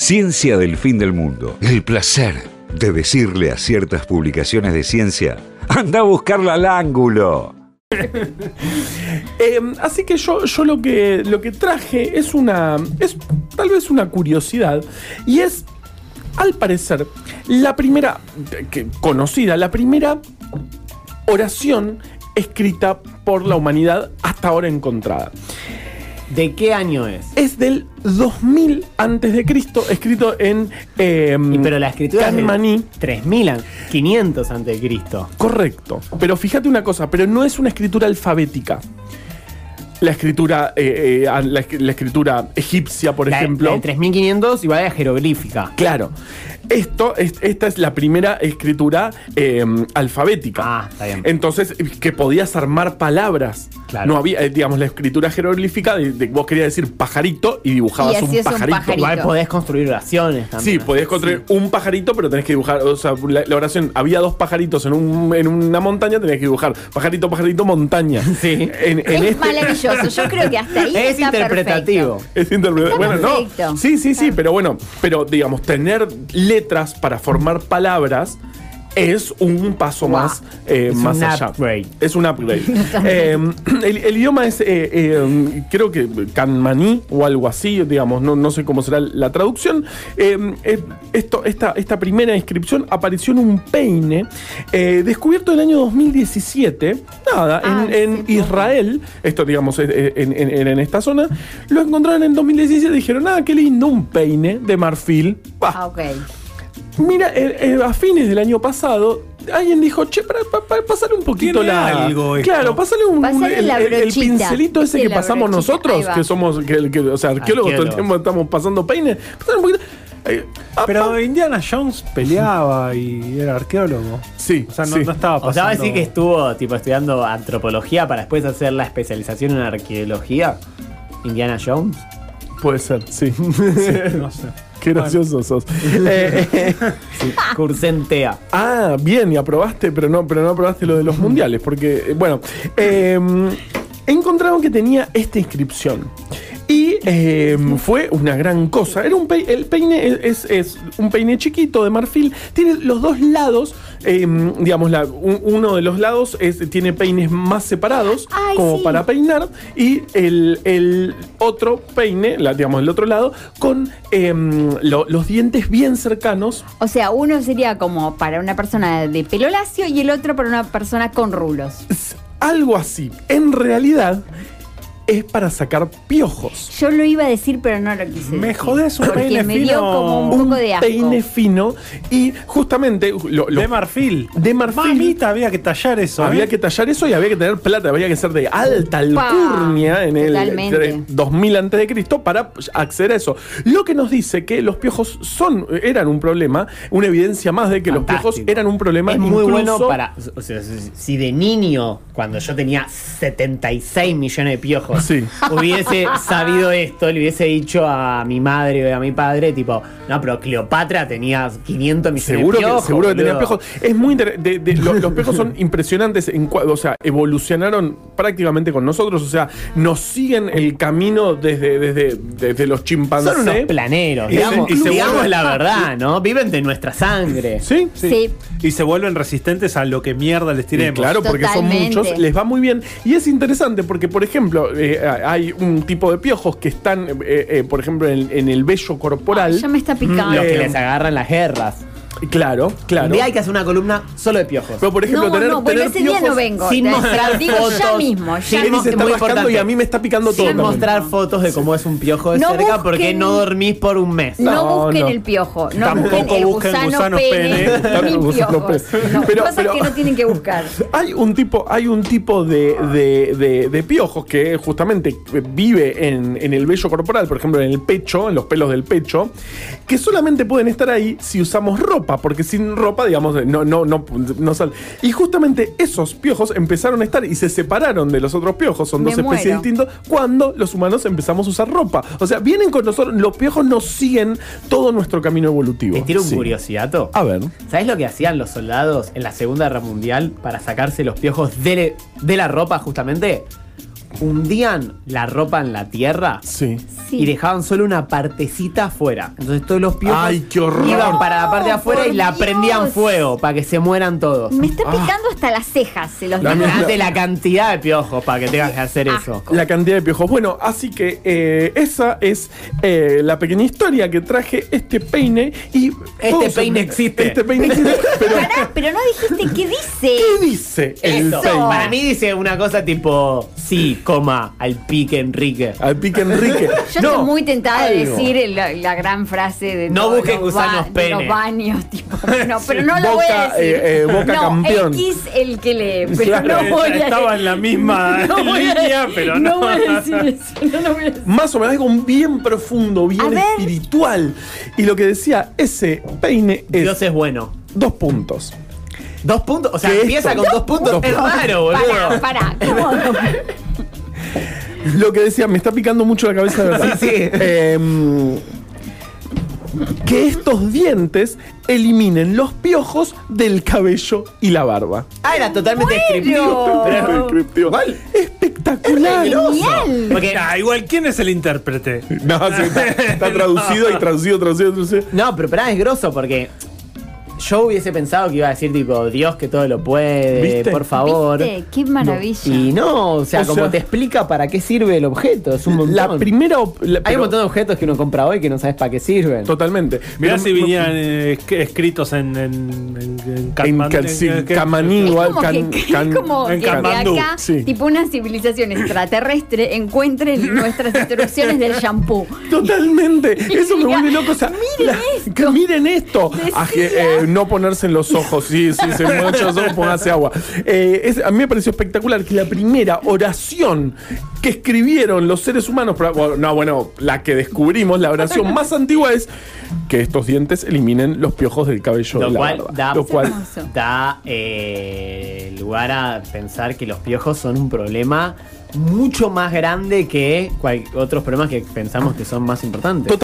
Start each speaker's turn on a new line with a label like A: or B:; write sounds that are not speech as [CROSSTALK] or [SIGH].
A: Ciencia del fin del mundo. El placer de decirle a ciertas publicaciones de ciencia, anda a buscarla al ángulo.
B: Eh, así que yo, yo lo, que, lo que traje es una. es tal vez una curiosidad. Y es, al parecer, la primera. que- conocida, la primera oración escrita por la humanidad hasta ahora encontrada.
C: ¿De qué año es?
B: Es del 2000 antes de Cristo, escrito en eh,
C: Y pero la escritura es de
B: Kanmani.
C: 3500 antes de Cristo.
B: Correcto. Pero fíjate una cosa, pero no es una escritura alfabética. La escritura, eh, eh, a- la, esc- la escritura egipcia, por
C: La-
B: ejemplo.
C: la de 3500 igual a jeroglífica.
B: claro. Esto, es- esta es la primera escritura eh, alfabética.
C: Ah, está bien.
B: Entonces, que podías armar palabras.
C: Claro.
B: No había, eh, digamos, la escritura jeroglífica, de, de- vos querías decir pajarito y dibujabas
D: Y así
B: un,
D: es un
B: pajarito.
D: pajarito.
C: Igual podés construir oraciones
B: Sí,
C: también.
B: podías construir un pajarito, pero tenés que dibujar. O sea, la, la oración, había dos pajaritos en, un- en una montaña, tenías que dibujar pajarito, pajarito, montaña.
C: Sí.
B: En, en
D: es
B: este-
D: maravilloso. Yo creo que
B: [LAUGHS]
D: hasta ahí
C: Es
D: está
C: interpretativo.
D: perfecto.
B: Es interpre-
D: Está
B: Bueno, no.
D: perfecto.
B: Sí, sí, sí, pero bueno, pero digamos, tener letras para formar palabras es un paso
C: Guau.
B: más, eh,
C: Es
B: más
C: un
B: allá.
C: upgrade.
B: Es un
D: [LAUGHS]
B: upgrade. Eh, el, el idioma es, eh, eh, creo que canmaní o algo así, digamos, no, no sé cómo será la traducción. Eh, eh, esto, esta, esta primera inscripción apareció en un peine eh, descubierto en el año 2017. Nada, en-
D: Ah,
B: en,
D: sí, poco.
B: Israel, esto digamos es- es- en, en- en- en esta zona, lo encontraron en 2017 y dijeron, ah, qué lindo, un peine de marfil. Bah,
D: Ah, ok.
B: Mira, eh, eh, a fines del año pasado, alguien dijo, che, para, para, para, pasale un poquito
E: Tiene
B: la.
E: algo esto.
B: claro, pasale un,
D: Pasale
B: un- el,
D: la
B: el- el
D: brochita.
B: pincelito ese
D: Sí,
B: que
D: la
B: pasamos
D: brochita. Ahí
B: nosotros,
D: va.
B: que somos, que, que- o sea, arqueólogos todo el
C: Arqueólogos.
B: tiempo estamos pasando peines. Pasale un poquito. Eh, ah,
E: Pero Indiana Jones peleaba y era arqueólogo.
B: sí,
E: O sea, no,
B: sí.
E: no estaba pasando.
C: O sea, va a decir que estuvo tipo estudiando antropología para después hacer la especialización en arqueología. Indiana Jones.
B: puede ser, sí. [LAUGHS] este-
E: No sé.
B: qué gracioso sos. Eh, eh,
C: Cursentea.
B: Ah, bien, y aprobaste, pero no, pero no aprobaste lo de los mundiales, porque, eh, bueno, eh, encontraron que tenía esta inscripción. Y eh, fue una gran cosa. Era un pei- el peine es, es- es un peine chiquito de marfil. Tiene los dos lados, eh, digamos, la- un- uno de los lados es- tiene peines más separados,
D: Ay,
B: como
D: sí.
B: para peinar, y el, el otro peine, la- digamos, el otro lado, con eh, lo- los dientes bien cercanos
D: O sea, uno sería como para una persona de pelo lacio y el otro para una persona con rulos.
B: Es algo así. En realidad es para sacar piojos.
D: Yo lo iba a decir, pero no lo quise.
E: Me
D: decir,
E: jodés, un
D: porque
E: peine
D: me dio
E: fino.
D: como un,
B: Un
D: poco de asco.
B: peine fino y justamente uh, lo, lo-
E: De marfil.
B: De marfil.
E: Mamita, había que tallar eso.
B: había
E: ¿eh?
B: que tallar eso y había que tener plata, había que ser de alta
D: Upa,
B: alcurnia en el
D: totalmente.
B: entre 2000 antes de Cristo para acceder a eso. Lo que nos dice que los piojos son eran un problema, una evidencia más de que los piojos
C: Fantástico.
B: eran un problema
C: Es muy
B: incluso-
C: bueno para. o sea, si- si de niño, cuando yo tenía 76 millones de piojos,
B: Sí.
C: hubiese sabido esto, le hubiese dicho a mi madre o a mi padre, tipo, no, pero Cleopatra tenía 500 millones
B: Seguro,
C: de piojos.
B: que, seguro que tenía
C: boludo".
B: pejos. Es muy inter- de- de- lo- los, pejos son impresionantes. En, cua- o sea, evolucionaron prácticamente con nosotros. O sea, nos siguen el camino desde, desde, desde los chimpancés.
C: Son unos planeros,
E: Y se-
C: digamos,
E: y se
C: digamos
E: vuelven-
C: la verdad, ¿no? Viven de nuestra sangre.
B: Sí,
E: Sí.
D: Sí.
E: Y se vuelven resistentes a lo que mierda les
B: Y
E: tiremos.
B: claro, porque
D: Totalmente.
B: son muchos, les va muy bien. Y es interesante porque, por ejemplo, eh, hay un tipo de piojos que están, eh, eh, por ejemplo, en, en el vello corporal.
D: Ay, ya me está picando.
C: Los que
B: Eh,
C: les agarran las guerras.
B: Claro,
C: Un
B: claro.
C: día hay que hacer una columna solo de piojos.
B: Pero, por ejemplo,
D: no,
B: tener,
D: no, bueno,
B: tener
D: ese día no
B: piojos-
D: vengo.
C: sin
D: Te-
C: mostrar
D: digo ya
C: fotos,
D: mismo, ya
C: sin
B: Eri
D: mismo.
C: Tenemos-
B: se está
C: muy
B: rascando
C: importante.
B: y a mí me está picando todo.
C: Sin
B: también.
C: mostrar fotos de cómo es un piojo de
D: No
C: cerca porque
D: busquen-
C: no dormís por un mes.
D: No,
B: No,
D: busquen
B: no.
D: el piojo, no
E: Tampoco
D: busquen el
E: busquen
D: gusano,
E: gusano
D: pene,
E: pene.
D: [LAUGHS] ni
B: Gusano
D: piojos.
B: pene.
D: No,
B: Pero-
D: cosas
B: pero-
D: que no tienen que buscar.
B: Hay un tipo, hay un tipo de, de- de- de piojos que justamente vive en, en el vello corporal, por ejemplo, en el pecho, en los pelos del pecho, que solamente pueden estar ahí si usamos ropa, porque sin ropa, digamos, no, no, no, no sal. Y justamente esos piojos empezaron a estar y se separaron de los otros piojos, son
D: Me
B: dos especies
D: muero.
B: distintas, cuando los humanos empezamos a usar ropa. O sea, vienen con nosotros, los piojos nos siguen todo nuestro camino evolutivo.
C: Les tiro un
B: Sí.
C: curiosidato.
B: A ver.
C: ¿Sabes lo que hacían los soldados en la Segunda Guerra Mundial para sacarse los piojos de, de la ropa justamente? hundían la ropa en la tierra
B: Sí.
D: Sí.
C: y dejaban solo una partecita afuera. Entonces todos los piojos
B: Ay, qué horror.
C: iban para la parte de
D: No,
C: afuera
D: por
C: y la
D: Dios.
C: prendían fuego para que se mueran todos.
D: Me está picando hasta las cejas, se los
B: Ah. La
D: digo.
B: mierda.
C: Imagínate la cantidad de piojos para que tengas que hacer eso.
B: La cantidad de piojos. Bueno, así que eh, esa es eh, la pequeña historia que traje este peine y. todos-
C: peine existe.
B: Este peine existe. pero,
D: Pará, pero no dijiste qué dice.
B: ¿qué dice el
C: Eso.
B: peine?
C: Para mí dice una cosa tipo, sí, coma, al pique Enrique.
B: Al pique Enrique.
D: Yo
B: No,
D: estoy muy tentada de
B: algo.
D: decir el- la, la gran frase de
C: No
D: todos
C: busques
D: los
C: gusanos
D: ba-
C: pene.
D: de los baños, [LAUGHS] tipo, no, pero no lo voy a
B: Boca,
D: decir.
B: eh, eh, Boca
D: no,
B: campeón.
D: X el que lee,
B: [LAUGHS]
D: pero
B: Claro,
D: no voy a
E: Eh, Estaba en la misma
D: [LAUGHS] no voy a-
E: línea, pero
D: no
E: no.
D: voy a decir eso, no lo voy a decir.
B: Más o menos algo bien profundo, bien
D: A ver.
B: espiritual. Y lo que decía ese peine es
C: Dios es bueno.
B: dos puntos.
C: Dos puntos, o sea,
B: ¿Qué es
C: empieza
B: esto?
C: con dos puntos.
B: Dos
C: es
B: puntos.
C: raro,
D: Pará,
C: boludo.
D: pará, ¿cómo?
B: [LAUGHS] Lo que decía, me está picando mucho la cabeza de [LAUGHS] verdad.
C: Sí, sí.
B: Em, que estos dientes eliminen los piojos del cabello y la barba.
C: Ah, era totalmente descriptivo.
D: Bueno.
B: Oh.
C: Pero,
B: Espectacular.
D: Genial.
C: porque-
E: Ah, igual, ¿quién es el intérprete?
B: No, sí, está, está traducido y traducido, traducido, traducido.
C: no, pero pará, es grosso porque yo hubiese pensado que iba a decir tipo, Dios que todo lo puede,
B: ¿Viste?
C: por favor.
D: ¿Viste? Qué maravilla.
C: Y no, o sea,
B: O
C: como
B: sea-
C: te explica para qué sirve el objeto, es un montón.
B: La primera. op- la-
C: Hay
B: pero-
C: un montón de objetos que uno compra hoy que no sabes para qué sirven.
B: Totalmente.
E: Mirá
B: Pero-
E: si vinieran eh, esc- escritos en. En, en, en
B: En
E: Katmandú,
B: Can- sí,
E: en- en-
B: Camaní,
D: Es
B: igual.
D: como
B: Can-
D: que, [LAUGHS]
B: Can-
D: es como
E: en
D: que de
E: Katmandú,
D: acá,
B: sí.
D: tipo una civilización extraterrestre,
B: [LAUGHS]
D: encuentren nuestras instrucciones del shampoo. [LAUGHS]
B: Totalmente. Eso me
D: Mira,
B: vuelve loco. O sea,
D: miren esto.
B: que miren esto.
D: Decía.
B: Aje- eh, no ponerse en los ojos. Sí, sí,
D: [LAUGHS]
B: se mancha los ojos, póngase agua. Eh, es- a mí me pareció espectacular que la primera oración que escribieron los seres humanos, pra- bueno, no, bueno, la que descubrimos, la
D: [LAUGHS]
B: oración más antigua es que estos dientes eliminen los piojos del cabello.
C: Lo
B: de la
C: cual
B: barba.
C: da-
B: lo cual
D: Hermoso.
C: da eh, lugar a pensar que los piojos son un problema mucho más grande que cual- otros problemas que pensamos que son más importantes.